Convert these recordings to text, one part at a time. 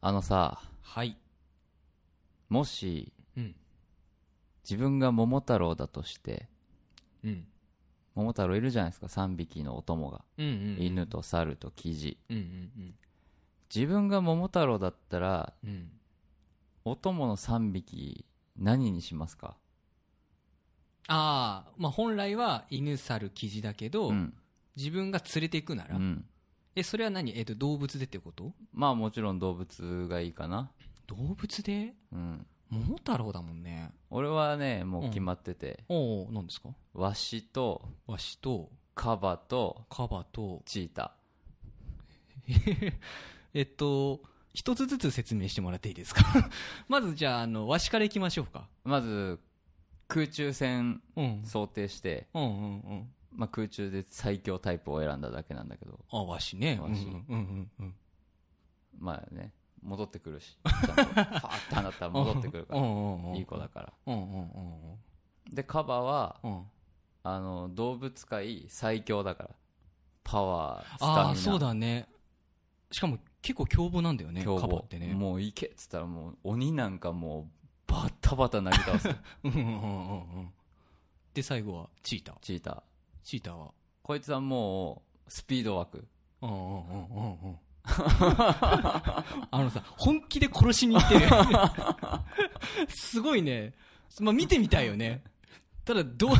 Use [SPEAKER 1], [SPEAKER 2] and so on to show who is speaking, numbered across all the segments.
[SPEAKER 1] あのさ、
[SPEAKER 2] はい。
[SPEAKER 1] もし、
[SPEAKER 2] うん。
[SPEAKER 1] 自分が桃太郎だとして、
[SPEAKER 2] うん。
[SPEAKER 1] 桃太郎いるじゃないですか、3匹のお供が。
[SPEAKER 2] うんうん。
[SPEAKER 1] 犬。と猿とキジ。
[SPEAKER 2] うんうん
[SPEAKER 1] 自分が桃太郎だったら、
[SPEAKER 2] うん。うん。
[SPEAKER 1] お供の3匹、何にしますか
[SPEAKER 2] ああ、まあ本来は犬猿キジだけど、
[SPEAKER 1] うん。
[SPEAKER 2] 自分が連れて行くな
[SPEAKER 1] う
[SPEAKER 2] ら、
[SPEAKER 1] ん。
[SPEAKER 2] え、それは何えっ、と、動物でってこと
[SPEAKER 1] まあもちろん動物がいいかな。
[SPEAKER 2] 動物で
[SPEAKER 1] うん。
[SPEAKER 2] 桃太郎だもんね。
[SPEAKER 1] 俺はね、もう決まってて、
[SPEAKER 2] おお何ですか
[SPEAKER 1] ワシと、
[SPEAKER 2] わしと、
[SPEAKER 1] カバと、
[SPEAKER 2] カバと、
[SPEAKER 1] チータ。
[SPEAKER 2] えっと、一つずつ説明してもらっていいですか まずじゃあ、あの、わしから行きましょうか。
[SPEAKER 1] まず、空中戦
[SPEAKER 2] うん。
[SPEAKER 1] 想定して、
[SPEAKER 2] うんうんうん。
[SPEAKER 1] まあ空中で最強タイプを選んだだけなんだけど、
[SPEAKER 2] あ、わしね。
[SPEAKER 1] わし
[SPEAKER 2] うんうんうんうん。
[SPEAKER 1] まあね、戻ってくるし、ちゃんとパーッと放ったら戻ってくるか
[SPEAKER 2] う
[SPEAKER 1] ら、
[SPEAKER 2] んうんうん。
[SPEAKER 1] いい子だから。
[SPEAKER 2] うんうんうん
[SPEAKER 1] で、カバは、
[SPEAKER 2] うん。うん。
[SPEAKER 1] あの、動物界最強だから。パワー、スタミナ
[SPEAKER 2] ああ、そうだね。しかも結構凶暴なんだよね、
[SPEAKER 1] 凶暴
[SPEAKER 2] カバってね。
[SPEAKER 1] もう行けっつったらもう、鬼なんかもう、バッタバタ投げ倒す。
[SPEAKER 2] うんうんうんうんうん。で、最後はチーター。
[SPEAKER 1] チーター。
[SPEAKER 2] チーターは。
[SPEAKER 1] こいつはもう、スピード枠。
[SPEAKER 2] うんうんうんうんうん。あのさ、本気で殺しに行ってる。すごいね。まあ、見てみたいよね。ただ、どう、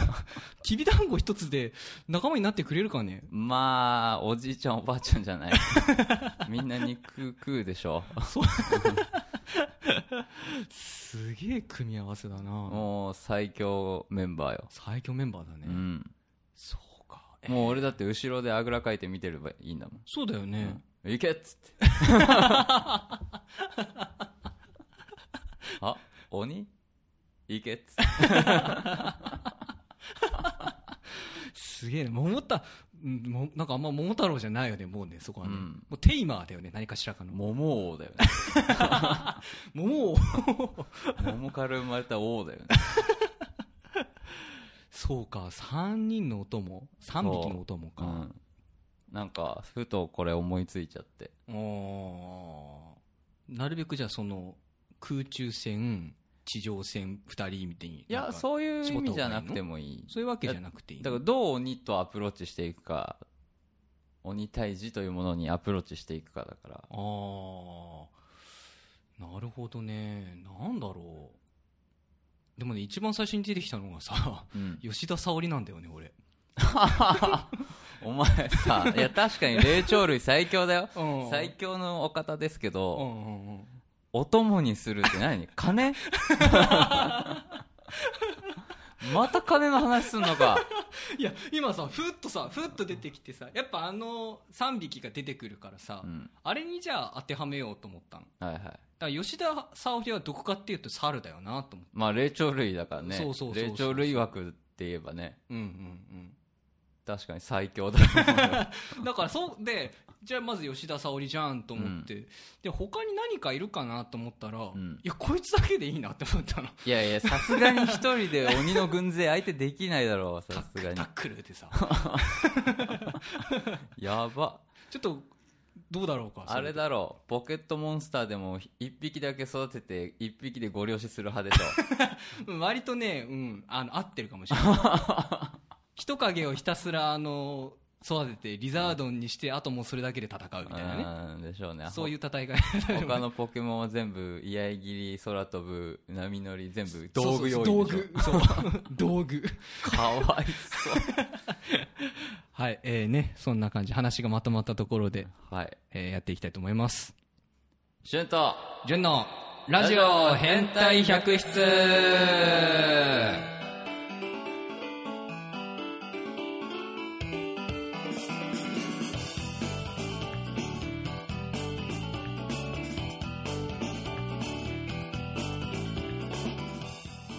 [SPEAKER 2] きびだんご一つで仲間になってくれるかね。
[SPEAKER 1] まあ、おじいちゃんおばあちゃんじゃ ない。みんな肉食うでしょ。
[SPEAKER 2] すげえ組み合わせだな。
[SPEAKER 1] もう、最強メンバーよ。
[SPEAKER 2] 最強メンバーだね。
[SPEAKER 1] うん。
[SPEAKER 2] そうか。え
[SPEAKER 1] もう俺だって後ろであぐらかいて見てればいいんだもん。
[SPEAKER 2] そうだよね。
[SPEAKER 1] 行けっつって。 あ、鬼行けっつって。
[SPEAKER 2] すげえな、桃太、うんもなんかあんま桃太郎じゃないよね、もうね、そこはね。
[SPEAKER 1] うん
[SPEAKER 2] もうテイマーだよね、何かしらかの。
[SPEAKER 1] 桃王だよね。
[SPEAKER 2] 桃を、
[SPEAKER 1] 桃から生まれた王だよね。
[SPEAKER 2] そうか、三人のお供、三匹のお供
[SPEAKER 1] う
[SPEAKER 2] か。
[SPEAKER 1] ん。なんか、ふとこれ思いついちゃって。
[SPEAKER 2] おーなるべくじゃあその、空中戦、地上戦二人みたいに。
[SPEAKER 1] いや、
[SPEAKER 2] う。
[SPEAKER 1] そういう意味じゃなくてもいい。
[SPEAKER 2] そういうわけじゃなくていい。
[SPEAKER 1] だから、どう鬼とアプローチしていくか、鬼退治というものにアプローチしていくかだから。
[SPEAKER 2] あーなるほどね。なんだろう。でもね、一番最初に出てきたのがさ、
[SPEAKER 1] うん。
[SPEAKER 2] 吉田沙織なんだよね、俺。
[SPEAKER 1] お前さ、いや、確かに霊長類最強 だよ。最
[SPEAKER 2] 最
[SPEAKER 1] 強のお方ですけど、
[SPEAKER 2] うんうんうん
[SPEAKER 1] お供にするって 何金 また金の話すんのか。
[SPEAKER 2] いや今さふっとさふっと出てきてさやっぱあの3匹が出てくるからさ、
[SPEAKER 1] うん。
[SPEAKER 2] あれにじゃあ当てはめようと思ったの
[SPEAKER 1] はいはい。
[SPEAKER 2] だから吉田沙織はどこかっていうと猿だよなと思って
[SPEAKER 1] まあ、霊長類だからね。
[SPEAKER 2] そうそうそうそう
[SPEAKER 1] 霊長類枠って言えばね、
[SPEAKER 2] うんうん
[SPEAKER 1] 確かに最強だと思 うよ
[SPEAKER 2] うんだからそうでじゃあまず吉田沙織じゃんと思って、で他に何かいるかなと思ったら、
[SPEAKER 1] ん
[SPEAKER 2] いやこいつだけでいいなって思ったの
[SPEAKER 1] いやいや、さすがに一人で鬼の軍勢相手できないだろう、さ
[SPEAKER 2] タック
[SPEAKER 1] すが
[SPEAKER 2] ル
[SPEAKER 1] に
[SPEAKER 2] タッ。クルでさ
[SPEAKER 1] やば。
[SPEAKER 2] ちょっとどうだろうかそ
[SPEAKER 1] あれだろう、ポケットモンスターでも一匹だけ育てて、一匹でご了承する派でしょ。
[SPEAKER 2] うん 割とね、うん、あの合ってるか もしれない人影をひたすらあの育ててリザードンにして、あともうそれだけで戦 うみたいなね
[SPEAKER 1] うん、でしょうね。
[SPEAKER 2] そういう戦いが
[SPEAKER 1] 他のポケモンは全部、居合切り、空飛ぶ、波乗り、全部
[SPEAKER 2] そう
[SPEAKER 1] 道具用意でしょ。
[SPEAKER 2] そうそう道具そう道具
[SPEAKER 1] かわい そ
[SPEAKER 2] はいえー、ねそんな感じ話がまとまったところで、
[SPEAKER 1] う。はい。
[SPEAKER 2] えーやっていきたいと思います
[SPEAKER 1] シュント
[SPEAKER 2] ジュンのラジオ変態百室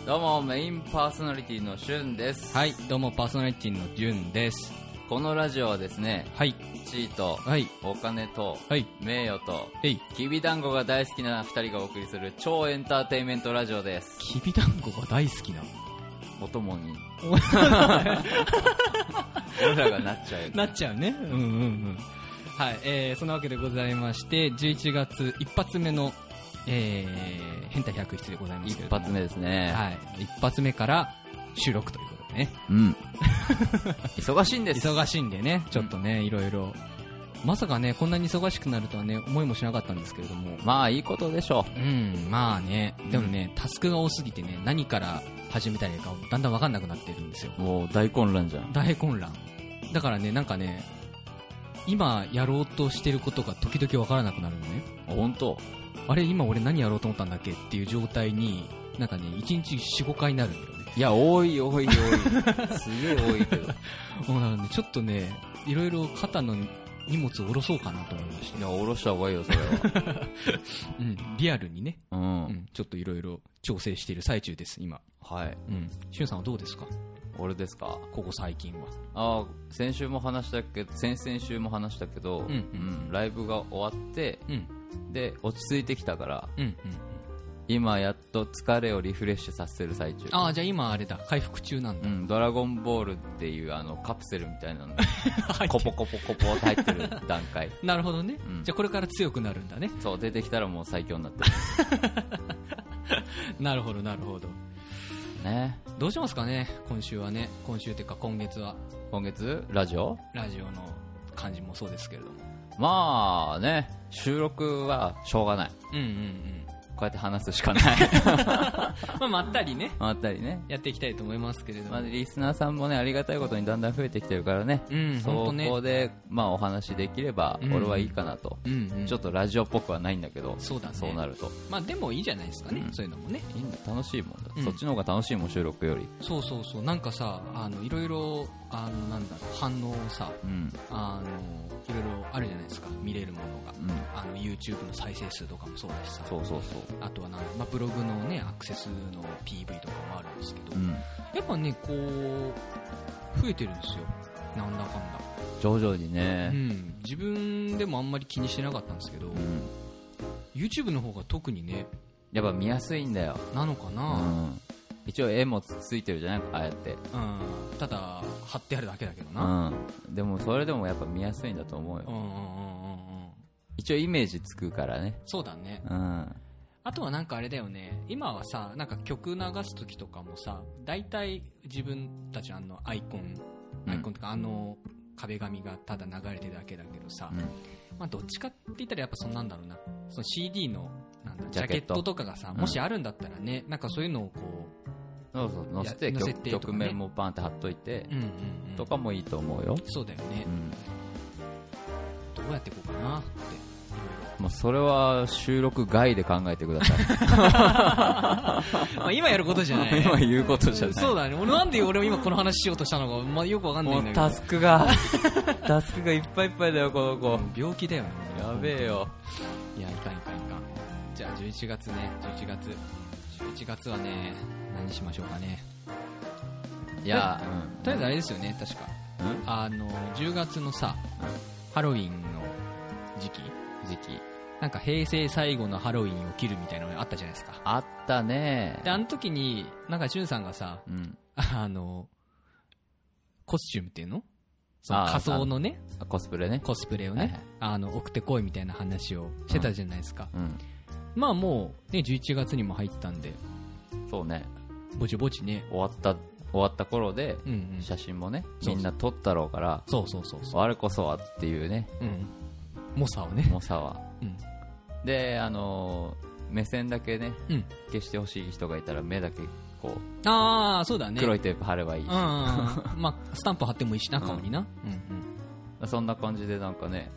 [SPEAKER 1] どうも、メインパーソナリティのシュンです。
[SPEAKER 2] はいどうもパーソナリティのジュンです
[SPEAKER 1] このラジオはですね、
[SPEAKER 2] はい
[SPEAKER 1] 地位と、
[SPEAKER 2] はい
[SPEAKER 1] お金と、
[SPEAKER 2] はい
[SPEAKER 1] 名誉と、
[SPEAKER 2] えい
[SPEAKER 1] きびだんごが大好きな二人がお送りする超エンターテインメントラジオ です。
[SPEAKER 2] きびだんごが大好きな
[SPEAKER 1] お供に。俺らがなっちゃうよね。
[SPEAKER 2] なっちゃうね。うんうんうん。はい、えー、そんなわけでございまして、11月一発目の、えー、変態百室でございます
[SPEAKER 1] 一
[SPEAKER 2] けれども。
[SPEAKER 1] 発目ですね。
[SPEAKER 2] はい、一発目から収録ということでね。
[SPEAKER 1] うん。忙しいんです。
[SPEAKER 2] 忙しいんでね、ちょっとね、いろいろ。まさかね、こんなに忙しくなるとはね、思いもしなかったんですけれども。
[SPEAKER 1] まあ、いいことでしょ
[SPEAKER 2] うん、まあね、でもね、タスクが多すぎてね、何から始めたらいいか、だんだんわかんなくなってるんですよ。
[SPEAKER 1] う。もう大混乱じゃん。
[SPEAKER 2] 大混乱。だからね、なんかね、今やろうとしてることが時々わからなくなるのね。
[SPEAKER 1] あ本当
[SPEAKER 2] あれ、今俺何やろうと思ったんだっけっていう状態に、なんかね、1日4、5回になるんだよね。
[SPEAKER 1] いや、多い、 多い、多い。すげえ多いけど。
[SPEAKER 2] もうなので、ちょっとね、いろいろ肩の荷物を下ろそうかなと思いました。
[SPEAKER 1] いや、おろした方がいいよ、それ は。
[SPEAKER 2] うん、リアルにね、
[SPEAKER 1] う。
[SPEAKER 2] うんん、ちょっといろいろ調整している最中です、今。
[SPEAKER 1] はい。
[SPEAKER 2] うん。しゅんさんはどうですか
[SPEAKER 1] 俺ですか
[SPEAKER 2] ここ最近は。
[SPEAKER 1] ああ、先週も話したけど、先々週も話したけど、
[SPEAKER 2] んうん
[SPEAKER 1] ライブが終わって、
[SPEAKER 2] うん、
[SPEAKER 1] で、落ち着いてきたから、
[SPEAKER 2] うん、うん。
[SPEAKER 1] 今やっと疲れをリフレッシュさせてる最中。
[SPEAKER 2] ああ、じゃあ今あれだ、回復中なん
[SPEAKER 1] う
[SPEAKER 2] だ。
[SPEAKER 1] ん、ドラゴンボールっていうあのカプセルみたいな の
[SPEAKER 2] 入って
[SPEAKER 1] コ
[SPEAKER 2] る
[SPEAKER 1] ポコポコポって入ってる段階
[SPEAKER 2] なるほどね。
[SPEAKER 1] うん
[SPEAKER 2] じゃあこれから強くなるんだね。
[SPEAKER 1] そう出てきたらもう最強になってる
[SPEAKER 2] なるほど、なるほど。
[SPEAKER 1] ね
[SPEAKER 2] どうしますかね、今週はね。今週っていうか今月は、
[SPEAKER 1] 今月ラジオ
[SPEAKER 2] ラジオの感じもそうですけれども。
[SPEAKER 1] まあね収録はしょうがない
[SPEAKER 2] うんうんうん。
[SPEAKER 1] こうやって話すし かない
[SPEAKER 2] まあ、まったりね、
[SPEAKER 1] あったりね、
[SPEAKER 2] やっていきたいと思いますけれども。
[SPEAKER 1] まあ、リスナーさんもねありがたいことにだんだん増えてきてるからね、
[SPEAKER 2] うん、
[SPEAKER 1] そ
[SPEAKER 2] ほんとね。
[SPEAKER 1] こで、まあ、お話できれば
[SPEAKER 2] うん
[SPEAKER 1] 俺はいいかなと、
[SPEAKER 2] うん、うん。
[SPEAKER 1] ちょっとラジオっぽくはないんだけど
[SPEAKER 2] そうだね
[SPEAKER 1] なると
[SPEAKER 2] まあでもいいじゃないですかね、
[SPEAKER 1] うん
[SPEAKER 2] そういうのもね。
[SPEAKER 1] いいんだ楽しいもんだ、
[SPEAKER 2] うん
[SPEAKER 1] そっちの方が楽しいもん収録より
[SPEAKER 2] そうそうそう、なんかさ、あの、いろいろ、あの、なんだろう、反応さ、
[SPEAKER 1] うん
[SPEAKER 2] あの、いろいろあるじゃないですか、見れるものが。
[SPEAKER 1] うん
[SPEAKER 2] あの、YouTube の再生数とかもそうだしさ、
[SPEAKER 1] そうそうそう
[SPEAKER 2] あとはなんまあ、ブログのね、アクセスの PV とかもあるんですけど、
[SPEAKER 1] うん、
[SPEAKER 2] やっぱね、こう、増えてるんですよ。なんだかんだ。
[SPEAKER 1] 徐々に
[SPEAKER 2] う
[SPEAKER 1] ね、
[SPEAKER 2] ん。自分でもあんまり気にしてなかったんですけど
[SPEAKER 1] う、ん
[SPEAKER 2] YouTube の方が特にね、
[SPEAKER 1] やっぱ見やすいんだよ、
[SPEAKER 2] なのか
[SPEAKER 1] う
[SPEAKER 2] な、
[SPEAKER 1] ん、一応絵もつついてるじゃないああやって、
[SPEAKER 2] うん、ただ、貼ってあるだけだけど
[SPEAKER 1] う
[SPEAKER 2] な。
[SPEAKER 1] ん、でもそれでもやっぱ見やすいんだと思う
[SPEAKER 2] う
[SPEAKER 1] よ
[SPEAKER 2] んうんうんうんうん。
[SPEAKER 1] 一応イメージつくからね
[SPEAKER 2] そうだね。
[SPEAKER 1] うん
[SPEAKER 2] あとはなんかあれだよね、今はさ、なんか曲流す時とかもさ、大体自分たちのあのアイコン、
[SPEAKER 1] うん
[SPEAKER 2] アイコンとかあの壁紙がただ流れてるだけだけどさ、
[SPEAKER 1] うん
[SPEAKER 2] まあ、どっちかって言ったらやっぱそんなんだろうなその CD のなんだ
[SPEAKER 1] ジ
[SPEAKER 2] ジ
[SPEAKER 1] ャ
[SPEAKER 2] ャ
[SPEAKER 1] ケ
[SPEAKER 2] ケ
[SPEAKER 1] ッ
[SPEAKER 2] ッ
[SPEAKER 1] ト
[SPEAKER 2] トとかがさ、もしあるんだったらねなんかそういうのをこ
[SPEAKER 1] そうそう載せて
[SPEAKER 2] いや
[SPEAKER 1] 曲
[SPEAKER 2] 載せてとか
[SPEAKER 1] 曲
[SPEAKER 2] ね
[SPEAKER 1] 面もバンって貼っといて
[SPEAKER 2] う、うんうんうん、
[SPEAKER 1] とかもいいと思うよ、
[SPEAKER 2] そうだよね
[SPEAKER 1] う、ん、
[SPEAKER 2] どうやっていこうか なって
[SPEAKER 1] もうそれは収録外で考えてく ださい
[SPEAKER 2] いろいろ、まあ、 今やることじゃない
[SPEAKER 1] 今言うことじゃない
[SPEAKER 2] そうだね俺なんで俺も今この話しようとしたのか、まあ、よくわかんない
[SPEAKER 1] も
[SPEAKER 2] んだ
[SPEAKER 1] う
[SPEAKER 2] けど
[SPEAKER 1] タスクが タスクがいっぱいいっぱいだよこの子
[SPEAKER 2] 病気だよね
[SPEAKER 1] やべえよ
[SPEAKER 2] いやいかんいかんいかんじゃあ11月ね11月11月はね何しましょうかね
[SPEAKER 1] いや、
[SPEAKER 2] とりあえずあれですよね確か
[SPEAKER 1] うんうん、
[SPEAKER 2] あの10月のさハロウィンの時期
[SPEAKER 1] 時期
[SPEAKER 2] なんか平成最後のハロウィンを切るみたいなのがあったじゃないですか。
[SPEAKER 1] あったね
[SPEAKER 2] で、あの時に、なんかしゅんさんがさ、
[SPEAKER 1] うん
[SPEAKER 2] あの、コスチュームっていうのその
[SPEAKER 1] あー
[SPEAKER 2] 仮装のね、
[SPEAKER 1] あコスプレね
[SPEAKER 2] コスプレを
[SPEAKER 1] はいは
[SPEAKER 2] ね
[SPEAKER 1] い、
[SPEAKER 2] あの、送ってこいみたいな話をしてたじゃないですか。
[SPEAKER 1] うん
[SPEAKER 2] まあもう、ね、11月にも入ったんで、
[SPEAKER 1] そうね
[SPEAKER 2] ぼちぼちね、
[SPEAKER 1] 終わった終わった頃で
[SPEAKER 2] うんうん。
[SPEAKER 1] 写真もね
[SPEAKER 2] そうそ
[SPEAKER 1] み
[SPEAKER 2] うん
[SPEAKER 1] な撮ったろうから
[SPEAKER 2] そうそうそうそ
[SPEAKER 1] 我こそはっていうね
[SPEAKER 2] う。うん。モサをね。
[SPEAKER 1] 重さは
[SPEAKER 2] うん。
[SPEAKER 1] であのー目線だけね
[SPEAKER 2] うん。
[SPEAKER 1] 消してほしい人がいたら目だけこう
[SPEAKER 2] ああ、そうだね。
[SPEAKER 1] 黒
[SPEAKER 2] い。
[SPEAKER 1] いテープ貼ればいい、
[SPEAKER 2] うんう んうん。まあ、スタンプ貼ってもいいしな、顔にな。うんうん。
[SPEAKER 1] そんな感じでなんかね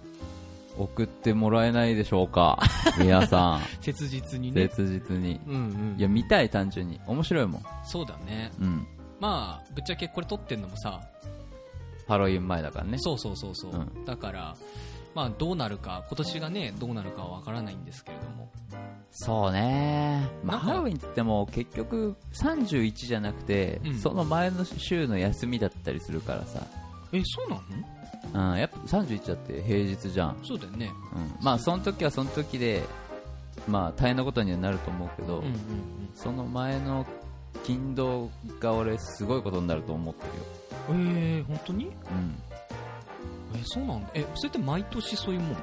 [SPEAKER 1] 送ってもらえないでしょう か皆さ
[SPEAKER 2] 切実に
[SPEAKER 1] ん
[SPEAKER 2] ね。
[SPEAKER 1] 切実に
[SPEAKER 2] うんうん
[SPEAKER 1] いや見たい単純に面白いもん
[SPEAKER 2] そうだね。
[SPEAKER 1] うん
[SPEAKER 2] まあぶっちゃけこれ撮ってんのもさ
[SPEAKER 1] ハロウィン前だからね
[SPEAKER 2] そうそうそうそう、
[SPEAKER 1] うん
[SPEAKER 2] だからまあどうなるか今年がねどうなるかはわからないんですけれども
[SPEAKER 1] そうね、まあ、
[SPEAKER 2] なんか
[SPEAKER 1] ハロウィンって言っても結局31じゃなくて、
[SPEAKER 2] うん
[SPEAKER 1] その前の週の休みだったりするからさ、
[SPEAKER 2] えそうなの
[SPEAKER 1] うん、やっぱ31だって平日じゃん、
[SPEAKER 2] そうだよね
[SPEAKER 1] うん、まあその時はその時で、まあ、大変なことにはなると思うけど、
[SPEAKER 2] うんうんうん
[SPEAKER 1] その前の勤労が俺すごいことになると思ってるよ、
[SPEAKER 2] えー、本当に
[SPEAKER 1] うん、
[SPEAKER 2] えそうなんだえそれって毎年そういうもん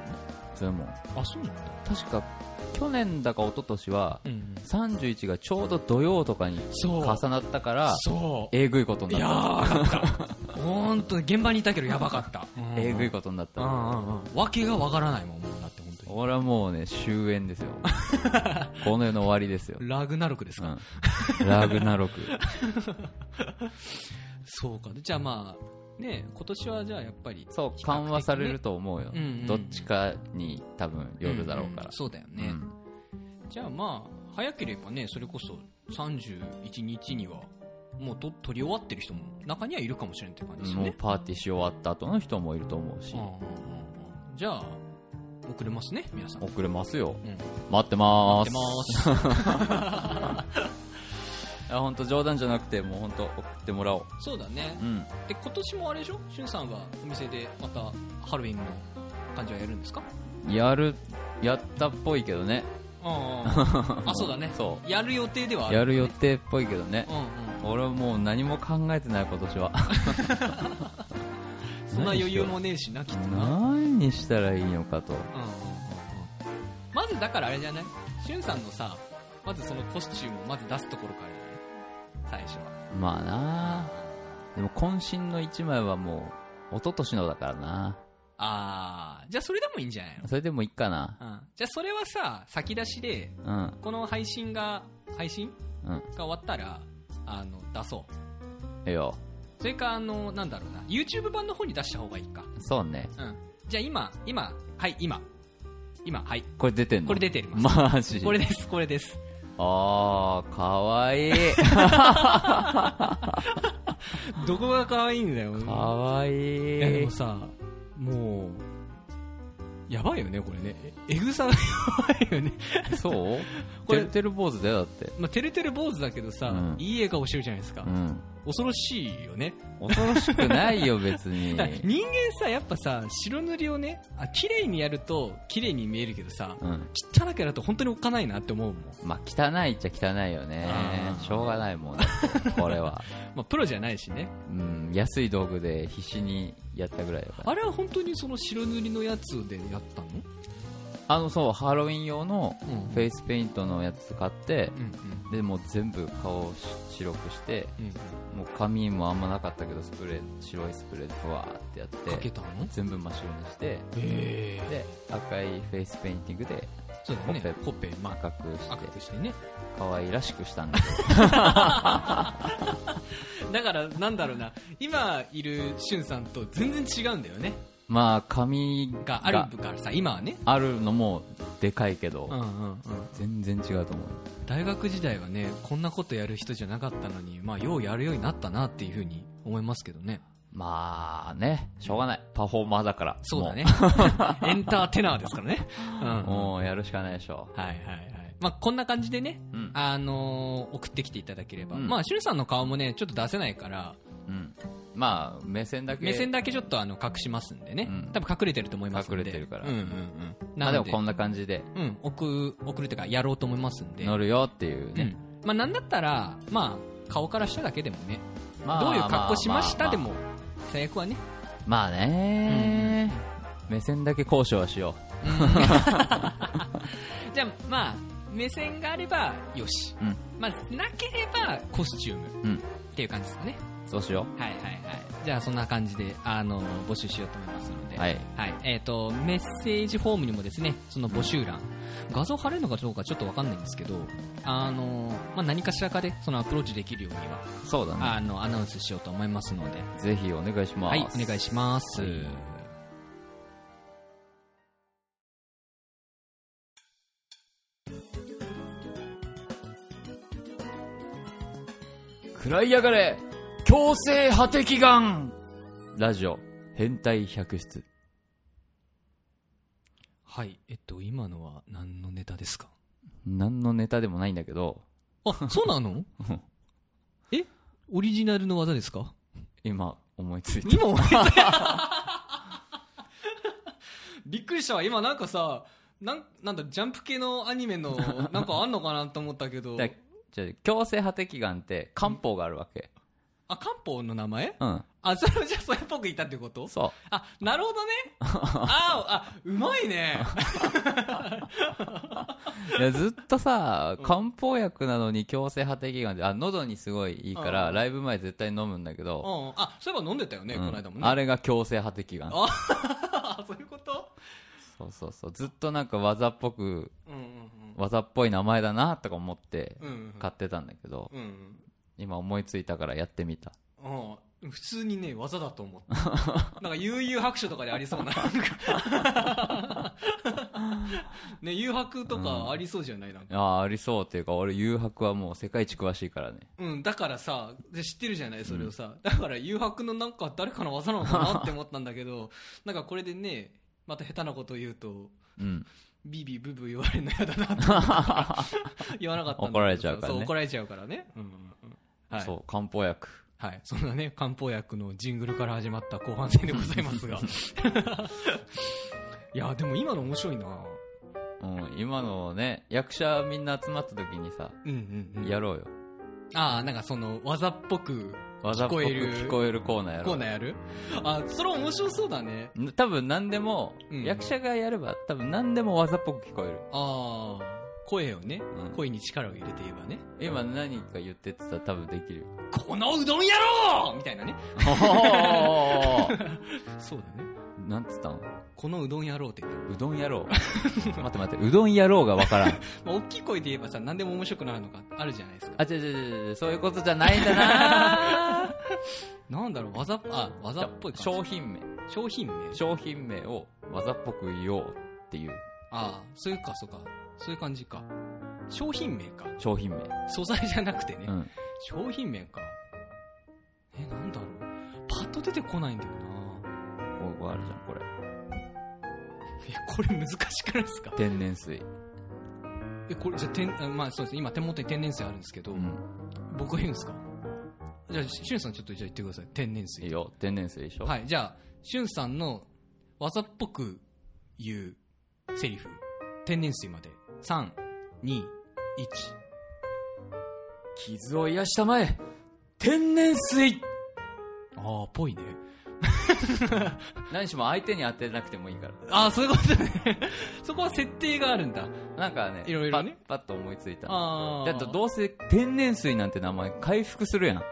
[SPEAKER 1] それも
[SPEAKER 2] あそうなんだ
[SPEAKER 1] 確か去年だか一昨年は
[SPEAKER 2] うんうん
[SPEAKER 1] 31がちょうど土曜とかに
[SPEAKER 2] そう
[SPEAKER 1] 重なったから
[SPEAKER 2] そ
[SPEAKER 1] えぐいこと
[SPEAKER 2] う
[SPEAKER 1] に
[SPEAKER 2] いや
[SPEAKER 1] なっ
[SPEAKER 2] ーやばかった本当に現場にいたけどやばかった
[SPEAKER 1] たえぐいことになっ
[SPEAKER 2] う
[SPEAKER 1] た
[SPEAKER 2] んうんうんわけがわからないもんもうだって本当に
[SPEAKER 1] 俺はもうね終焉 ですよこの世の終わりですよ、
[SPEAKER 2] ラグナルクですか、
[SPEAKER 1] うん、ラグナロ ク
[SPEAKER 2] そうかでじゃあまあね今年はじゃあやっぱり
[SPEAKER 1] そう
[SPEAKER 2] 比較的ね
[SPEAKER 1] 緩和されると思うよ、
[SPEAKER 2] うんうんうん
[SPEAKER 1] どっちかに多分よるだろうから、
[SPEAKER 2] んんそうだよね、
[SPEAKER 1] うん
[SPEAKER 2] じゃあまあ早ければねそれこそ31日にはもうと取り終わってる人も中にはいるかもしれんって感じですよ
[SPEAKER 1] もう
[SPEAKER 2] ね、
[SPEAKER 1] パーティーし終わった後の人もいると思うし
[SPEAKER 2] うんうんうんうんじゃあ遅れますね皆さん
[SPEAKER 1] 遅れますよ
[SPEAKER 2] うん
[SPEAKER 1] 待ってまー
[SPEAKER 2] 待
[SPEAKER 1] す
[SPEAKER 2] ってま
[SPEAKER 1] あ本当冗談じゃなくてもう本当送ってもらおう
[SPEAKER 2] すそうだね
[SPEAKER 1] うん
[SPEAKER 2] で今年もあれでしょしゅんさんはお店でまたハロウィンの感じはやるんですか
[SPEAKER 1] やるやったっぽいけどね
[SPEAKER 2] あ あそうだね
[SPEAKER 1] そ
[SPEAKER 2] やる予定ではあ
[SPEAKER 1] う
[SPEAKER 2] る
[SPEAKER 1] やる予定っぽいけどね
[SPEAKER 2] うんうん
[SPEAKER 1] 俺はもう何も考えてない今年は
[SPEAKER 2] そんな余裕もねえしなきっとな
[SPEAKER 1] 何にしたらいいのかと
[SPEAKER 2] うんうんうんうんまずだからあれじゃないしゅんさんのさまずそのコスチュームをまず出すところからじゃない最初は
[SPEAKER 1] まあなあでも渾身の1枚はもう一昨年のだからな
[SPEAKER 2] あーじゃあそれでもいいんじゃないの、
[SPEAKER 1] それでもいいかな
[SPEAKER 2] うん、じゃあそれはさ先出しで
[SPEAKER 1] うん
[SPEAKER 2] この配信が配信
[SPEAKER 1] うん
[SPEAKER 2] が終わったらあの出そう
[SPEAKER 1] ええよ
[SPEAKER 2] それかあのなんだろうな YouTube 版の方に出した方がいいか
[SPEAKER 1] そうね
[SPEAKER 2] うんじゃあ今今はい今今はい
[SPEAKER 1] これ出てんの
[SPEAKER 2] これ出てます、
[SPEAKER 1] マジ
[SPEAKER 2] これですこれです
[SPEAKER 1] あーかわ いい
[SPEAKER 2] どこが可愛いんだよ
[SPEAKER 1] かわいい
[SPEAKER 2] いやでもさもうやばいよねこれねええぐさがやばいよね
[SPEAKER 1] そう
[SPEAKER 2] こ
[SPEAKER 1] て
[SPEAKER 2] れ
[SPEAKER 1] るてる坊主だよだって
[SPEAKER 2] まあてるてる坊主だけどさ、
[SPEAKER 1] うん
[SPEAKER 2] いい笑顔してるじゃないですか、
[SPEAKER 1] うん
[SPEAKER 2] 恐ろしいよね
[SPEAKER 1] 恐ろしくないよ別 に
[SPEAKER 2] 人間さやっぱさ白塗りをねあ綺麗にやると綺麗に見えるけどさ
[SPEAKER 1] うん
[SPEAKER 2] 汚くやると本当におっかないなって思うもん、
[SPEAKER 1] まあ汚いっちゃ汚いよね
[SPEAKER 2] あー
[SPEAKER 1] しょうがないもんだってこれは
[SPEAKER 2] まあ、プロじゃないしね
[SPEAKER 1] うん安い道具で必死にやったぐらいだから
[SPEAKER 2] あれは本当にその白塗りのやつでやったの
[SPEAKER 1] あのそうハロウィン用の
[SPEAKER 2] うん
[SPEAKER 1] フェイスペイントのやつ買って
[SPEAKER 2] うんうん
[SPEAKER 1] でもう全部顔をし白くして
[SPEAKER 2] うん
[SPEAKER 1] もう髪もあんまなかったけどスプレー白いスプレーでふわーってや
[SPEAKER 2] か
[SPEAKER 1] っ
[SPEAKER 2] け
[SPEAKER 1] て
[SPEAKER 2] たの
[SPEAKER 1] 全部真っ白にして
[SPEAKER 2] ええ
[SPEAKER 1] で赤いフェイスペインティングで
[SPEAKER 2] そうだよね
[SPEAKER 1] ほっ
[SPEAKER 2] ほっぺま
[SPEAKER 1] 赤くし
[SPEAKER 2] あ赤
[SPEAKER 1] て
[SPEAKER 2] くしてね
[SPEAKER 1] 可愛らしくしたんだけど
[SPEAKER 2] だから、なんだろうな、今いるしゅんさんと全然違うんだよね。
[SPEAKER 1] まあ髪
[SPEAKER 2] があるからさ、今はね。
[SPEAKER 1] あるのもでかいけど、
[SPEAKER 2] うんうんうん。
[SPEAKER 1] 全然違うと思う
[SPEAKER 2] 大学時代はね、こんなことやる人じゃなかったのに、まあ、ようやるようになったなっていうふうに思いますけどね。
[SPEAKER 1] まあねしょうがないパフォーマーだから
[SPEAKER 2] そうだね。 エンターテナーですからね。う
[SPEAKER 1] もう
[SPEAKER 2] ん。はい
[SPEAKER 1] もうやるしかないでしょ
[SPEAKER 2] はいはい。まあ、こんな感じでね、
[SPEAKER 1] うん
[SPEAKER 2] あのー送ってきていただければ。
[SPEAKER 1] うん
[SPEAKER 2] まあ、しゅんさんの顔もね、ちょっと出せないから、
[SPEAKER 1] うんまあ目線だけ
[SPEAKER 2] 目線だけちょっとあの、隠しますんでね。
[SPEAKER 1] うん
[SPEAKER 2] 多分隠れてると思いますんで。
[SPEAKER 1] 隠れてるから
[SPEAKER 2] うんうんうん。
[SPEAKER 1] ま
[SPEAKER 2] な
[SPEAKER 1] あで
[SPEAKER 2] の
[SPEAKER 1] も
[SPEAKER 2] で、
[SPEAKER 1] こんな感じで
[SPEAKER 2] うん、送、送るというか、やろうと思いますんで。
[SPEAKER 1] 乗るよっていうね、
[SPEAKER 2] うんまあ、なんだったら、まあ、顔からしただけでもね、
[SPEAKER 1] まあ
[SPEAKER 2] どういう格好しました、
[SPEAKER 1] まあ
[SPEAKER 2] でも最悪はね、
[SPEAKER 1] まあね、目線だけ交渉はしよ
[SPEAKER 2] じゃあ、まあ、目線があればよし、
[SPEAKER 1] うん
[SPEAKER 2] まあ、なければコスチューム、
[SPEAKER 1] うん
[SPEAKER 2] っていう感じですかね、
[SPEAKER 1] うそうしよ
[SPEAKER 2] はいはいはい、じゃあそんな感じで、あの募集しようと思いますので。
[SPEAKER 1] うはい
[SPEAKER 2] はいえー、とメッセージフォームにもですねその募集欄、画像貼れるのかどうかちょっと分かんないんですけど、あのまあ、何かしらかでそのアプローチできるようには、
[SPEAKER 1] そうだね
[SPEAKER 2] あのアナウンスしようと思いますので、
[SPEAKER 1] ぜひお願いします
[SPEAKER 2] はい、お願いします。
[SPEAKER 1] 食らいやがれ強制破敵眼ラジオ変態百出
[SPEAKER 2] はい、えっと、今のは何のネタですか
[SPEAKER 1] 何のネタでもないんだけど
[SPEAKER 2] あ、そう なのえオリジナルの技ですか
[SPEAKER 1] 今思いついた
[SPEAKER 2] 今びっくりしたわ。今なんかさ、なん、なんだ、ジャンプ系のアニメ の、なんかあんのかなと思ったけど
[SPEAKER 1] じゃあじゃあ強制破敵眼って漢方があるわけ
[SPEAKER 2] あ、漢方の名前
[SPEAKER 1] うん
[SPEAKER 2] あ、それをじゃあそれっぽくいたってこと
[SPEAKER 1] そ
[SPEAKER 2] あ、なるほ どね。あーあ、うまいね。
[SPEAKER 1] う。いや、ずっとさ、
[SPEAKER 2] うん
[SPEAKER 1] 漢方薬なのに強制破滴がんで、あ、喉にすごいいいから、
[SPEAKER 2] うん
[SPEAKER 1] ライブ前絶対飲むんだけ
[SPEAKER 2] うん
[SPEAKER 1] ど、。
[SPEAKER 2] あ、そういえば飲んでたよね、
[SPEAKER 1] うん
[SPEAKER 2] この間もね。
[SPEAKER 1] あれが強制破滴がん
[SPEAKER 2] あ。あ そういうこと
[SPEAKER 1] そうそうそう。ずっとなんか技っぽく、
[SPEAKER 2] うんうん
[SPEAKER 1] 技っぽい名前だな、とか思って
[SPEAKER 2] うん。うん
[SPEAKER 1] 買ってたんだけど、
[SPEAKER 2] うんうん。
[SPEAKER 1] 今思いついたからやってみた。
[SPEAKER 2] うんうん。普通にね、技だと思った。なんか、悠々白書とかでありそうな。なんか ね、誘白とかありそうじゃないなんか。
[SPEAKER 1] ああ、ありそうっていうか、俺、誘白はもう世界一詳しいからね。
[SPEAKER 2] うん、だからさ、で知ってるじゃない、それをさ。だから、誘白のなんか誰かの技なのかなって思ったんだけど、なんかこれでね、また下手なこと言うと、
[SPEAKER 1] うん。
[SPEAKER 2] ビビブブ言われるの嫌だなと思ったから 言わなかったんだけどさ
[SPEAKER 1] 怒られちゃうからね
[SPEAKER 2] そう怒られちゃうからね。うんうんうんはい。
[SPEAKER 1] そう、漢方薬。
[SPEAKER 2] はい。そんなね、漢方薬のジングルから始まった後半戦でございます が。いや、でも今の面白いな
[SPEAKER 1] うん、今のね、役者みんな集まった時にさ、
[SPEAKER 2] うんうんうん。
[SPEAKER 1] やろうよ。
[SPEAKER 2] ああ、なんかその、技っぽく
[SPEAKER 1] 技っぽく
[SPEAKER 2] 聞こえる
[SPEAKER 1] 聞こえるコーナーやろ
[SPEAKER 2] コー
[SPEAKER 1] う。
[SPEAKER 2] ナーやるあ、それ面白そうだね。
[SPEAKER 1] 多分何でも、
[SPEAKER 2] うん
[SPEAKER 1] 役者がやれば多分何でも技っぽく聞こえる。
[SPEAKER 2] ああ、声をね、
[SPEAKER 1] うん
[SPEAKER 2] 声に力を入れて言えばね、
[SPEAKER 1] 今何か言ってってたら多分できるよ。
[SPEAKER 2] このうどんやろうみたいなね。
[SPEAKER 1] おー
[SPEAKER 2] そうだね。
[SPEAKER 1] なんつったの
[SPEAKER 2] このうどんやろうって言ったら
[SPEAKER 1] うどん野郎。待って待って、うどん野郎がわからん。
[SPEAKER 2] まあ、大きい声で言えばさ、何でも面白くなるのか、あるじゃないですか。
[SPEAKER 1] あ、違う違う違う違う、そういうことじゃないんだなー
[SPEAKER 2] なんだろう、技っぽ、あ、 技っぽい感
[SPEAKER 1] 商品名。
[SPEAKER 2] じ。商品名
[SPEAKER 1] 商品名を技っぽく言おうっていう
[SPEAKER 2] ああ、そういうか、そうか。そういう感じか。商品名か。
[SPEAKER 1] 商品名。
[SPEAKER 2] 素材じゃなくてね。
[SPEAKER 1] うん。
[SPEAKER 2] 商品名か。え、なんだろう。パッと出てこないんだよな
[SPEAKER 1] こうあるじゃん、これ。
[SPEAKER 2] え、これ難しくないですか
[SPEAKER 1] 天然水。
[SPEAKER 2] え、これ、じゃあ、天、あまあそうですね。今手元に天然水あるんですけど、
[SPEAKER 1] うん。
[SPEAKER 2] 僕が言うんですかじゃあ、しゅんさんちょっとじゃあ言ってください。天然
[SPEAKER 1] いい
[SPEAKER 2] 水。
[SPEAKER 1] よ、天然水でしょ。。
[SPEAKER 2] はいい、じゃあ、しゅんさんの技っぽく言うセリフ。天然水まで。3、2、1。
[SPEAKER 1] 傷を癒したまえ、天然水
[SPEAKER 2] ああ、ぽいね。
[SPEAKER 1] 何しも相手に当てなくてもいいから。
[SPEAKER 2] ああ、そういうことね。 そこは設定があるんだ。
[SPEAKER 1] なんかね、
[SPEAKER 2] いろいろね
[SPEAKER 1] パッ、パッと思いついたの。
[SPEAKER 2] ああ。
[SPEAKER 1] だってどうせ天然水なんて名前回復するやん。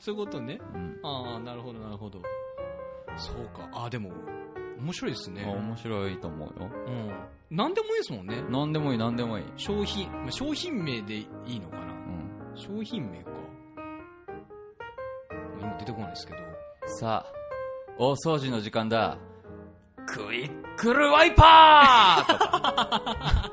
[SPEAKER 2] そういうことね。
[SPEAKER 1] うん。
[SPEAKER 2] ああ、なるほど、なるほど。そうか。ああ、でも、面白いです
[SPEAKER 1] あ
[SPEAKER 2] ね。
[SPEAKER 1] 面白いと思うよ。
[SPEAKER 2] うん。なんでもいいですもんね。
[SPEAKER 1] 何でもいい、何でもいい。
[SPEAKER 2] 商品、まあ商品名でいいのかな
[SPEAKER 1] うん。
[SPEAKER 2] 商品名か。まあ今出てこないですけど。
[SPEAKER 1] さあ、大掃除の時間だ。クイックルワイパーとか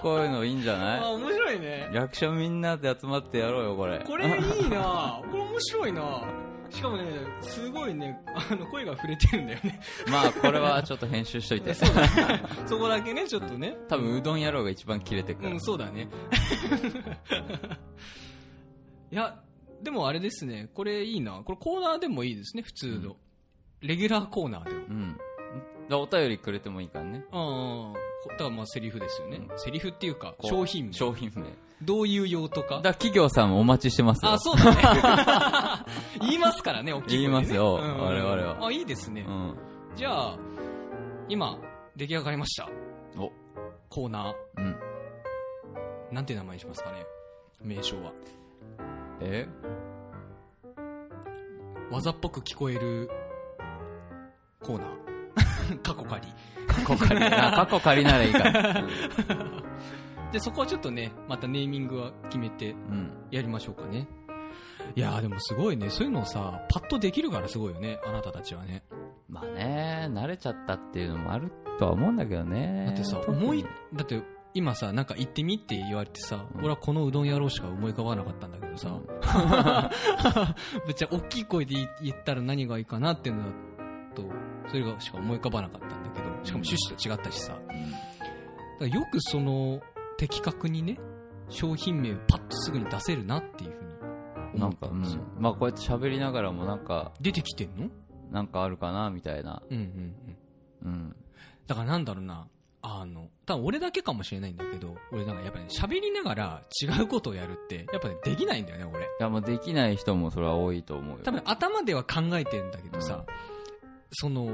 [SPEAKER 1] こういうのいいんじゃない
[SPEAKER 2] あ、面白いね。
[SPEAKER 1] 役者みんなで集まってやろうよこれ
[SPEAKER 2] これい いなこれ面白いなしかもね、すごいね、あの、声が触れてるんだよね。
[SPEAKER 1] まあこれはちょっと編集しといて
[SPEAKER 2] そうだね。 そこだけね、ちょっとね。
[SPEAKER 1] 多分うどん野郎が一番切れてく
[SPEAKER 2] う
[SPEAKER 1] る、
[SPEAKER 2] ん、そうだね。 いや、でもあれですね、これいいな。これコーナーでもいいですね、普通の。
[SPEAKER 1] うん
[SPEAKER 2] レギュラーコーナーでも。
[SPEAKER 1] うんだお便りくれてもいいからね
[SPEAKER 2] ああ、だからまあセリフですよね。
[SPEAKER 1] う
[SPEAKER 2] セリフっていうか、
[SPEAKER 1] こう
[SPEAKER 2] 商品名。
[SPEAKER 1] 商品名
[SPEAKER 2] どういう用途
[SPEAKER 1] だ
[SPEAKER 2] か
[SPEAKER 1] から企業さんお待ちしてますよ
[SPEAKER 2] あ、そうだ ね。 言いますからね、大き
[SPEAKER 1] 言い
[SPEAKER 2] い声でね
[SPEAKER 1] ますよ我々は
[SPEAKER 2] あ、いいですね。
[SPEAKER 1] ん
[SPEAKER 2] じゃあ、今、出来上がりました。
[SPEAKER 1] お
[SPEAKER 2] コーナ
[SPEAKER 1] うん
[SPEAKER 2] ー。なんて名前にしますかね名称は。
[SPEAKER 1] え
[SPEAKER 2] 技っぽく聞こえるコーナー。 過去仮。
[SPEAKER 1] 過去借りあ過去借りならいいから
[SPEAKER 2] で、そこはちょっとね、またネーミングは決めて
[SPEAKER 1] うん
[SPEAKER 2] やりましょうかね。いやーでもすごいね。そういうのをさ、パッとできるからすごいよね。あなたたちはね。
[SPEAKER 1] まあね慣れちゃったっていうのもあるとは思うんだけどね
[SPEAKER 2] だってさ、
[SPEAKER 1] 特に
[SPEAKER 2] 思い、だって今さ、なんか行ってみって言われてさ、
[SPEAKER 1] うん
[SPEAKER 2] 俺はこのうどん野郎しか思い浮かばなかったんだけど
[SPEAKER 1] う
[SPEAKER 2] さ
[SPEAKER 1] ん、
[SPEAKER 2] ぶっちゃ大きい声で言ったら何がいいかなっていうのだと、それがしか思い浮かばなかったんだけど、しかも趣旨と違ったしさ、だからよくその、的確にね、商品名をパッとすぐに出せるなっていうふうに
[SPEAKER 1] な
[SPEAKER 2] 思
[SPEAKER 1] ん
[SPEAKER 2] っ
[SPEAKER 1] か、
[SPEAKER 2] た
[SPEAKER 1] うん
[SPEAKER 2] ですよ。
[SPEAKER 1] ん、まあこうやって喋りながらもなんか
[SPEAKER 2] 出てきてんの
[SPEAKER 1] なんかあるかなみたいな
[SPEAKER 2] うんうんうん。
[SPEAKER 1] うん
[SPEAKER 2] だからなんだろうな、あの、多分俺だけかもしれないんだけど、俺なんかやっぱね、喋りながら違うことをやるって、やっぱね、できないんだよね、
[SPEAKER 1] い
[SPEAKER 2] 俺。
[SPEAKER 1] や、もうできない人もそれは多いと思うよ。
[SPEAKER 2] 多分頭では考えてんだけどさ、その、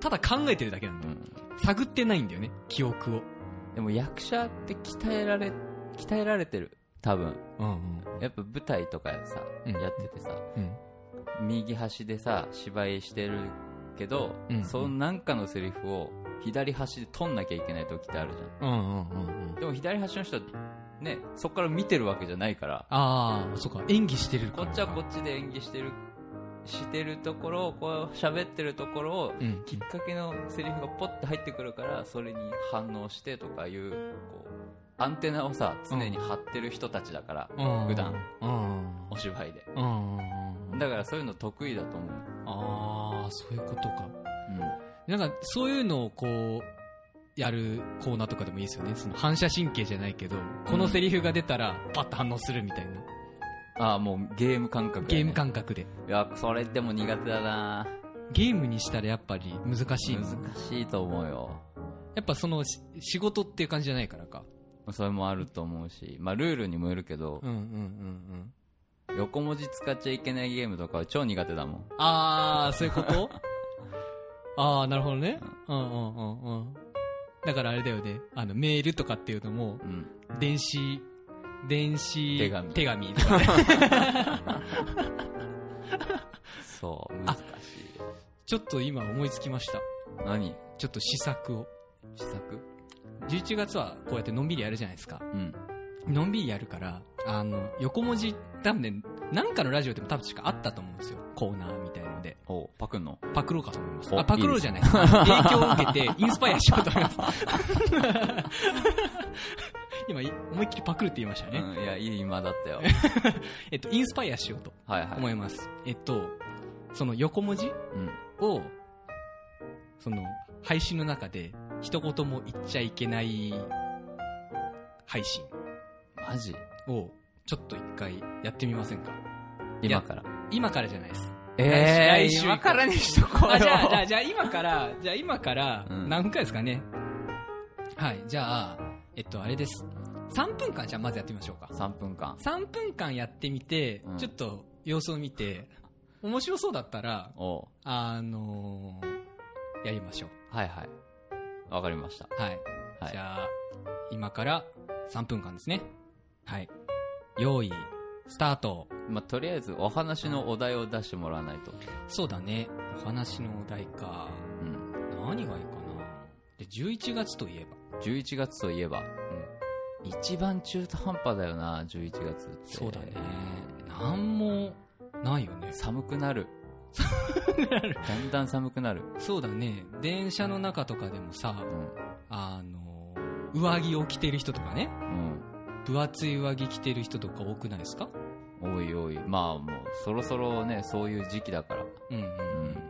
[SPEAKER 2] ただ考えてるだけなんだ
[SPEAKER 1] う
[SPEAKER 2] よ。
[SPEAKER 1] ん
[SPEAKER 2] 探ってないんだよね、記憶を。
[SPEAKER 1] でも役者って鍛えられ、鍛えられてる。多分。
[SPEAKER 2] うんうん。
[SPEAKER 1] やっぱ舞台とかさ、
[SPEAKER 2] うん
[SPEAKER 1] やっててさ、
[SPEAKER 2] うん。
[SPEAKER 1] 右端でさ、芝居してるけど、
[SPEAKER 2] うん
[SPEAKER 1] そのなんかのセリフを左端で取んなきゃいけない時ってあるじゃん。
[SPEAKER 2] うんうんうんうん。
[SPEAKER 1] でも左端の人は、ね、そこから見てるわけじゃないから、
[SPEAKER 2] ああ、そっか、演技してるか
[SPEAKER 1] こ
[SPEAKER 2] ら。
[SPEAKER 1] っちはこっちで演技してる、してるところを、こう喋ってるところを、
[SPEAKER 2] うん。
[SPEAKER 1] きっかけのセリフがポッて入ってくるから、それに反応してとかいう、こう、アンテナをさ、常に張ってる人たちだから、
[SPEAKER 2] うん
[SPEAKER 1] 普段。
[SPEAKER 2] うん。
[SPEAKER 1] お芝居で。
[SPEAKER 2] うん。うん
[SPEAKER 1] だからそういうの得意だと思う。
[SPEAKER 2] ああ、そういうことか。なんか、そういうのをこう、やるコーナーとかでもいいですよね。その反射神経じゃないけど、このセリフが出たら、パッと反応するみたいな。
[SPEAKER 1] ああ、もうゲーム感覚、
[SPEAKER 2] ゲーム。感覚で。
[SPEAKER 1] いや、それでも苦手だな
[SPEAKER 2] ゲームにしたらやっぱり難しいの
[SPEAKER 1] 難しいと思うよ。
[SPEAKER 2] やっぱそのし仕事っていう感じじゃないからか。
[SPEAKER 1] それもあると思うし、まあルールにもよるけど、
[SPEAKER 2] うんうんうんうん。
[SPEAKER 1] 横文字使っちゃいけないゲームとかは超苦手だもん。
[SPEAKER 2] あー、そういうこと あー、なるほどね。うんうんうんうん。だからあれだよね。あの、メールとかっていうのも、
[SPEAKER 1] うん。
[SPEAKER 2] 電子、電子、
[SPEAKER 1] 手紙
[SPEAKER 2] 手紙 とかね
[SPEAKER 1] そう、
[SPEAKER 2] あ
[SPEAKER 1] 難しいよ。
[SPEAKER 2] ちょっと今思いつきました。
[SPEAKER 1] 何
[SPEAKER 2] ちょっと試作を。
[SPEAKER 1] 試作
[SPEAKER 2] 11月はこうやってのんびりやるじゃないですか。
[SPEAKER 1] うん。
[SPEAKER 2] のんびりやるから、あの、横文字、多分ね、なんかのラジオでも多分しかあったと思うんですよ。コーナーみたいので。
[SPEAKER 1] おパクんの
[SPEAKER 2] パクろうかと思います。
[SPEAKER 1] お
[SPEAKER 2] あ、パクろうじゃない。影響を受けて、インスパイアしようと思います。 今、い思いっきりパクるって言いました
[SPEAKER 1] う
[SPEAKER 2] ね。
[SPEAKER 1] ん、いや、いい今だったよ。
[SPEAKER 2] えっと、インスパイアしようと
[SPEAKER 1] はいはい。
[SPEAKER 2] 思います。えっと、その横文字
[SPEAKER 1] うん。
[SPEAKER 2] を、その、配信の中で、一言も言っちゃいけない、配信
[SPEAKER 1] マジ
[SPEAKER 2] を、ちょっと一回やってみませんか
[SPEAKER 1] 今から。
[SPEAKER 2] 今からじゃないです。
[SPEAKER 1] え
[SPEAKER 2] 来
[SPEAKER 1] ー、
[SPEAKER 2] 週
[SPEAKER 1] 今からにしとこうよ。
[SPEAKER 2] あ、じゃあ、じゃあ、じゃあ今から、じゃあ今から、
[SPEAKER 1] うん
[SPEAKER 2] 何分くらいですかね。はい、じゃあ、えっと、あれです。3分間、じゃあまずやってみましょうか。
[SPEAKER 1] 3分間。
[SPEAKER 2] 3分間やってみて、
[SPEAKER 1] うん
[SPEAKER 2] ちょっと様子を見て、面白そうだったら、
[SPEAKER 1] おう
[SPEAKER 2] あのーやりましょ
[SPEAKER 1] はいはい。わかりました。
[SPEAKER 2] う。はい。
[SPEAKER 1] はい
[SPEAKER 2] じゃあ、今から3分間ですね。はい。用意、スタート。
[SPEAKER 1] まあ、とりあえずお話のお題を出してもらわないと。
[SPEAKER 2] そうだね。お話のお題か。
[SPEAKER 1] うん。
[SPEAKER 2] 何がいいかな。で、11月といえば。
[SPEAKER 1] 11月といえば、一番中途半端だよな、11月って。
[SPEAKER 2] そうだね。なんもないよね。
[SPEAKER 1] 寒くなる。だんだん寒くなる。
[SPEAKER 2] そうだね。電車の中とかでもさ、
[SPEAKER 1] うん。
[SPEAKER 2] あの、上着を着てる人とかね。分厚い上着着てる人とか多くないですか
[SPEAKER 1] うん。おいおい。まあもう、そろそろね、そういう時期だから。
[SPEAKER 2] うんうんうんうん。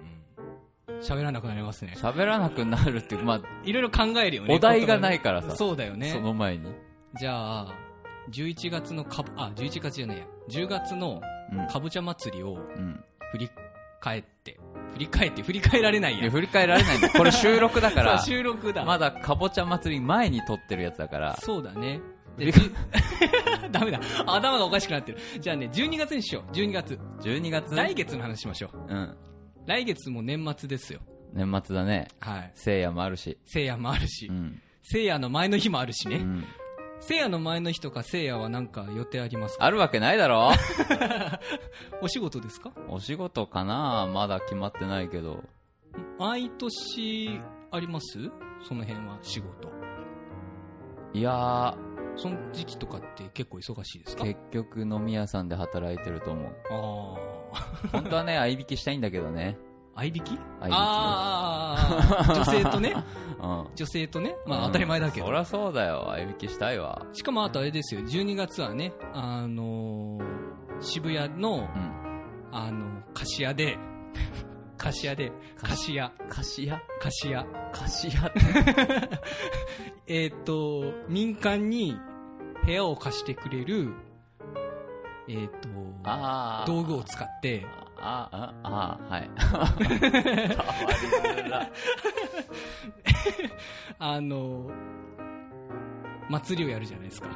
[SPEAKER 2] 喋らなくなりますね。
[SPEAKER 1] 喋らなくなるっていう、まあ、
[SPEAKER 2] いろいろ考えるよね。
[SPEAKER 1] お題がないから
[SPEAKER 2] 言葉がね
[SPEAKER 1] さ。
[SPEAKER 2] そうだよ
[SPEAKER 1] そ
[SPEAKER 2] ね。
[SPEAKER 1] の前に。
[SPEAKER 2] じゃあ、11月のかぼ、あ、11月じゃねえや。10月の
[SPEAKER 1] うん。
[SPEAKER 2] かぼちゃ祭りを
[SPEAKER 1] うん。
[SPEAKER 2] 振り返って、振り返って、振り返られない
[SPEAKER 1] い
[SPEAKER 2] や
[SPEAKER 1] や、。振り返られないんだよこれ収録だから
[SPEAKER 2] そう、収録だ。
[SPEAKER 1] まだかぼちゃ祭り前に撮ってるやつだから、
[SPEAKER 2] そうだね。
[SPEAKER 1] 振り
[SPEAKER 2] じゅ ダメだ。頭がおかしくなってる。じゃあね、12月にしよう。12月。
[SPEAKER 1] 12月、
[SPEAKER 2] 来月の話しましょう。
[SPEAKER 1] うん、
[SPEAKER 2] 来月も年末ですよ。
[SPEAKER 1] 年末だね。
[SPEAKER 2] はい。
[SPEAKER 1] 聖夜もあるし。
[SPEAKER 2] 聖夜もあるし
[SPEAKER 1] う。ん。
[SPEAKER 2] 聖夜の前の日もあるし
[SPEAKER 1] う
[SPEAKER 2] ね。
[SPEAKER 1] ん。
[SPEAKER 2] 聖夜の前の日とか聖夜はなんか予定ありますか
[SPEAKER 1] あるわけないだろ
[SPEAKER 2] お仕事ですか
[SPEAKER 1] お仕事かなまだ決まってないけど。
[SPEAKER 2] 毎年ありますその辺は仕事。
[SPEAKER 1] いや
[SPEAKER 2] その時期とかって結構忙しいです
[SPEAKER 1] ー、
[SPEAKER 2] か
[SPEAKER 1] 結局飲み屋さんで働いてると思う。
[SPEAKER 2] あ
[SPEAKER 1] 本当はね、合い引きしたいんだけどね。
[SPEAKER 2] あ。合いびき
[SPEAKER 1] 合いび
[SPEAKER 2] ああ。女性と
[SPEAKER 1] き。
[SPEAKER 2] ね。
[SPEAKER 1] うん。
[SPEAKER 2] 女性とね。まあ当たり前だけど
[SPEAKER 1] そ。りゃそうだよ。合い引きしたいわ。
[SPEAKER 2] しかもあとあれですよ、12月はね、あのー渋谷の、
[SPEAKER 1] うん。
[SPEAKER 2] あの、菓子屋で、 菓子屋で、菓子屋、
[SPEAKER 1] 菓子屋
[SPEAKER 2] 菓子屋。
[SPEAKER 1] 菓子屋って。
[SPEAKER 2] えっ、と、民間に部屋を貸してくれる、えっ、と、
[SPEAKER 1] あー。
[SPEAKER 2] 道具を使って、
[SPEAKER 1] ああ、あ、あ、はい。変わりづ ら
[SPEAKER 2] あの、祭りをやるじゃないですか。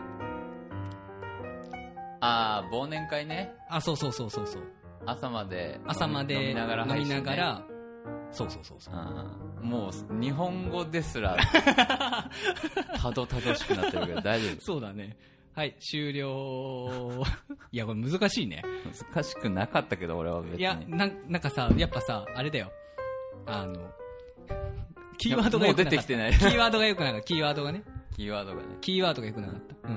[SPEAKER 1] あー、忘年会ね。
[SPEAKER 2] あ、そうそうそうそうそう。
[SPEAKER 1] 朝まで。
[SPEAKER 2] 朝まで
[SPEAKER 1] 飲みながら
[SPEAKER 2] 飲
[SPEAKER 1] 配
[SPEAKER 2] み
[SPEAKER 1] 信ね
[SPEAKER 2] ながら、そうそうそうそう。
[SPEAKER 1] うんもう、日本語です ら、たどたどしくなってるけど大丈
[SPEAKER 2] そうだね。はい、終了。 いや、これ難しいね。
[SPEAKER 1] 夫。難しくなかったけど、俺は別に。
[SPEAKER 2] いや、なん、なんかさ、やっぱさ、あれだよ。あの、キーワードが
[SPEAKER 1] も
[SPEAKER 2] 良
[SPEAKER 1] う
[SPEAKER 2] く
[SPEAKER 1] 出
[SPEAKER 2] な
[SPEAKER 1] て
[SPEAKER 2] かっ
[SPEAKER 1] き
[SPEAKER 2] た。キ
[SPEAKER 1] てない。
[SPEAKER 2] ーワードが良くなかった。キーワードがね。
[SPEAKER 1] キーワードがね。
[SPEAKER 2] キーワードが良くなかった。うん。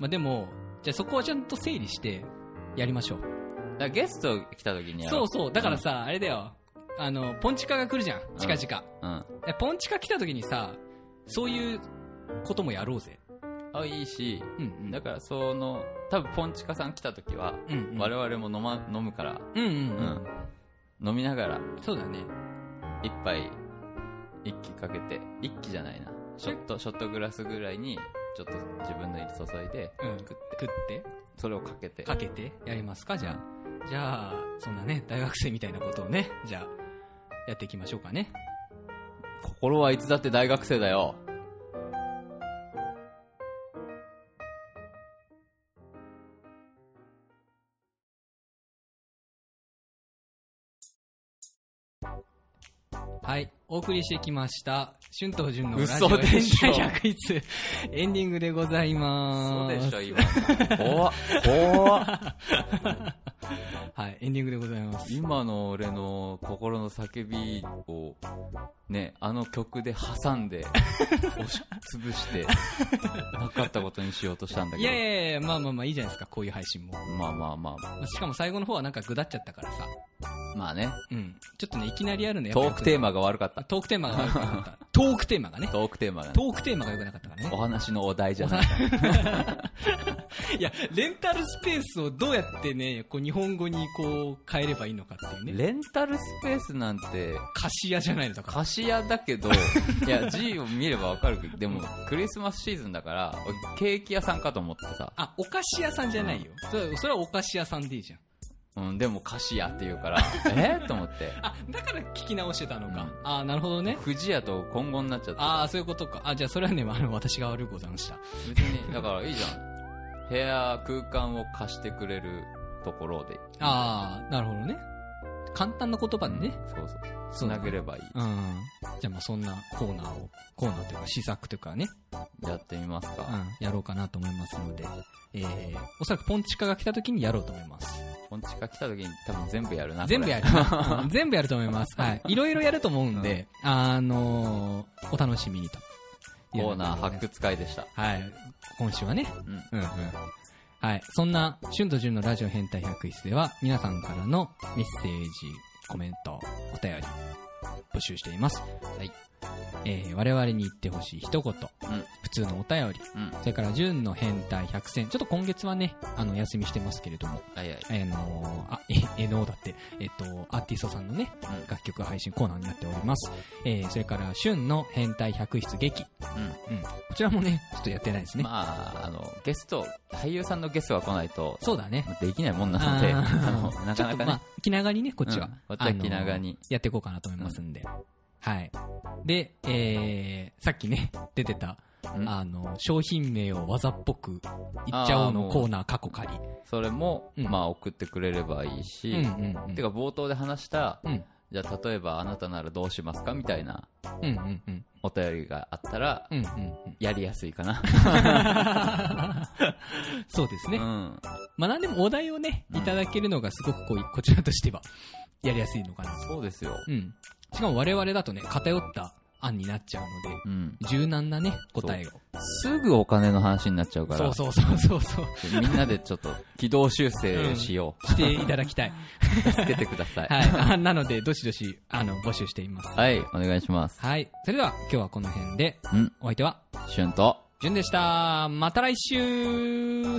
[SPEAKER 2] まあでも、じゃあそこをちゃんと整理して、やりましょう。
[SPEAKER 1] だからゲスト来た時にやろ
[SPEAKER 2] そうそう。だからさ、あれだよ。あの、ポンチカが来るじゃん。近々。
[SPEAKER 1] う。うん。
[SPEAKER 2] えポンチカ来た時にさ、そういうこともやろうぜ。
[SPEAKER 1] あ、いいし、
[SPEAKER 2] うんうん。
[SPEAKER 1] だからその、多分ポンチカさん来た時は、
[SPEAKER 2] うんうん、
[SPEAKER 1] 我々も飲ま、飲むから、
[SPEAKER 2] うんうん、
[SPEAKER 1] う
[SPEAKER 2] う
[SPEAKER 1] ん
[SPEAKER 2] ん、
[SPEAKER 1] 飲みながら、
[SPEAKER 2] そうだね。
[SPEAKER 1] 一杯、一気かけて、一気じゃないな。ショット、ショットグラスぐらいに、ちょっと自分の入り注いで、
[SPEAKER 2] うん
[SPEAKER 1] 食って、
[SPEAKER 2] 食って、
[SPEAKER 1] それをかけて。
[SPEAKER 2] かけてやりますか、じゃあ。じゃあ、そんなね、大学生みたいなことをね、じゃあ、やっていきましょうかね。
[SPEAKER 1] 心はいつだって大学生だよ。
[SPEAKER 2] はい。お送りしてきました。春闘純のラジオ
[SPEAKER 1] 嘘でしょ
[SPEAKER 2] 現代 百一エンディングでござい
[SPEAKER 1] そう
[SPEAKER 2] ま
[SPEAKER 1] で
[SPEAKER 2] す。
[SPEAKER 1] しょ、今の。怖っ。怖っ。
[SPEAKER 2] はい。エンディングでございます。
[SPEAKER 1] 今の俺の心の叫びを、ね、あの曲で挟ん で、押し潰して、なかったことにしようとしたんだ
[SPEAKER 2] い
[SPEAKER 1] けど
[SPEAKER 2] や。いやいや、まあまあまあいいじゃないですか、こういう配信も。
[SPEAKER 1] まあまあまあ、
[SPEAKER 2] しかも最後の方はなんかぐだっちゃったからさ。
[SPEAKER 1] まあね、
[SPEAKER 2] うん。ちょっとね、いきなりやるのやっぱ
[SPEAKER 1] ト
[SPEAKER 2] 良
[SPEAKER 1] ー
[SPEAKER 2] く
[SPEAKER 1] クテーマが悪かった。
[SPEAKER 2] トークテーマが良くなかった。トークテーマがね。
[SPEAKER 1] トークテーマがね
[SPEAKER 2] ト。ークテーマが良くなかったからね
[SPEAKER 1] お。話のお題じゃない。
[SPEAKER 2] いや、レンタルスペースをどうやってね、こう日本語にこう変えればいいのかっていうね。
[SPEAKER 1] レンタルスペースなんて、
[SPEAKER 2] 貸し屋じゃないのとか。
[SPEAKER 1] 貸し屋だ けど、いや、G を見ればわかるけど、でも、クリスマスシーズンだから、俺ケーキ屋さんかと思ってさ、
[SPEAKER 2] あ、お菓子屋さんじゃないよ。それそれはお菓子屋さんでいいじゃん。うん
[SPEAKER 1] うん、でも菓子屋って言う から、えと思って。
[SPEAKER 2] あ、だから聞き直してたのか。
[SPEAKER 1] うん
[SPEAKER 2] あ、なるほどね。
[SPEAKER 1] 不二家と混合になっちゃった。
[SPEAKER 2] ああ、そういうことか。あ、じゃあそれはね、あの、私が悪いございました。
[SPEAKER 1] 別に、だからいいじゃん。部屋、空間を貸してくれるところで。
[SPEAKER 2] ああ、なるほどね。簡単な言葉でね。
[SPEAKER 1] そうそう。つ
[SPEAKER 2] そうだ
[SPEAKER 1] な
[SPEAKER 2] ね
[SPEAKER 1] げればいい。
[SPEAKER 2] うん。じゃあまあそんなコーナーを、コーナーというか試作というかね、
[SPEAKER 1] やってみます
[SPEAKER 2] う
[SPEAKER 1] か。
[SPEAKER 2] ん、やろうかなと思いますので、えー、おそらくポンチカが来た時にやろうと思います。
[SPEAKER 1] ポンチカ来た時に多分全部やるな。
[SPEAKER 2] 全部や
[SPEAKER 1] る。
[SPEAKER 2] る。うん全部やると思 います。はい。いろいろやると思うんで、あのー、お楽しみにと。
[SPEAKER 1] コーナー発掘会でした。
[SPEAKER 2] はい。今週はね。
[SPEAKER 1] うん。
[SPEAKER 2] うんうん。はい。そんな、春と純のラジオ変態百室では、皆さんからのメッセージ、コメント、お便り、募集しています。
[SPEAKER 1] はい。
[SPEAKER 2] えー、我々に言ってほしい一言、
[SPEAKER 1] ん
[SPEAKER 2] 普通のお便り、
[SPEAKER 1] うん。
[SPEAKER 2] それから純の変態百選。ちょっと今月はね、あの、お休みしてますけれども、
[SPEAKER 1] はいはい。
[SPEAKER 2] あのー、あ、え、えのだって、えっと、アーティストさんのね、
[SPEAKER 1] う
[SPEAKER 2] 楽曲配信コーナーになっております。えー、それから、旬の変態百室劇。
[SPEAKER 1] ん。うん。
[SPEAKER 2] うん。こちらもね、ちょっとやってないですね。
[SPEAKER 1] まあ、あの、ゲスト、俳優さんのゲストが来ないと、
[SPEAKER 2] そうだね。
[SPEAKER 1] できないもんなので、
[SPEAKER 2] あ
[SPEAKER 1] あ
[SPEAKER 2] ー
[SPEAKER 1] の、な
[SPEAKER 2] ちょ
[SPEAKER 1] か
[SPEAKER 2] っ
[SPEAKER 1] なか
[SPEAKER 2] とま
[SPEAKER 1] ね
[SPEAKER 2] あ、、気長にね、こっちは。
[SPEAKER 1] うんこっちは気長に
[SPEAKER 2] あのやっていこうかなと思いますんで。はい。で、えー、さっきね、出てた、
[SPEAKER 1] うん
[SPEAKER 2] あの、商品名を技っぽく言っちゃおうのコーナー過去仮。
[SPEAKER 1] それも、
[SPEAKER 2] うん
[SPEAKER 1] まあ、送ってくれればいいし、
[SPEAKER 2] うんうんうん。
[SPEAKER 1] てか冒頭で話した、
[SPEAKER 2] うん
[SPEAKER 1] じゃあ例えばあなたならどうしますかみたいな
[SPEAKER 2] うんうんうん。
[SPEAKER 1] お便りがあったら、
[SPEAKER 2] うんうんうん。
[SPEAKER 1] やりやすいかな。
[SPEAKER 2] そうです
[SPEAKER 1] う
[SPEAKER 2] ね。
[SPEAKER 1] ん。
[SPEAKER 2] まあ、なんでもお題をね、
[SPEAKER 1] うん
[SPEAKER 2] いただけるのがすごくこう、こちらとしては、やりやすいのかなと。
[SPEAKER 1] そうですよ。
[SPEAKER 2] うん。しかも我々だとね、偏った案になっちゃうので、
[SPEAKER 1] うん。
[SPEAKER 2] 柔軟なね、答えを。
[SPEAKER 1] すぐお金の話になっちゃうから、
[SPEAKER 2] そうそうそうそうそう。
[SPEAKER 1] みんなでちょっと軌道修正しよう。
[SPEAKER 2] していただきたい。
[SPEAKER 1] 助けてください。
[SPEAKER 2] はいあ。なので、どしどし、あの、募集しています。
[SPEAKER 1] はい、お願いします。
[SPEAKER 2] はい。それでは、今日はこの辺で、
[SPEAKER 1] うん、
[SPEAKER 2] お相手は、
[SPEAKER 1] シュンと。
[SPEAKER 2] じゅんでした。また来週
[SPEAKER 1] はい、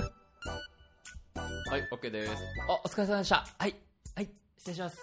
[SPEAKER 1] OK です。お、お疲れ様でした。はい、はい、失礼します。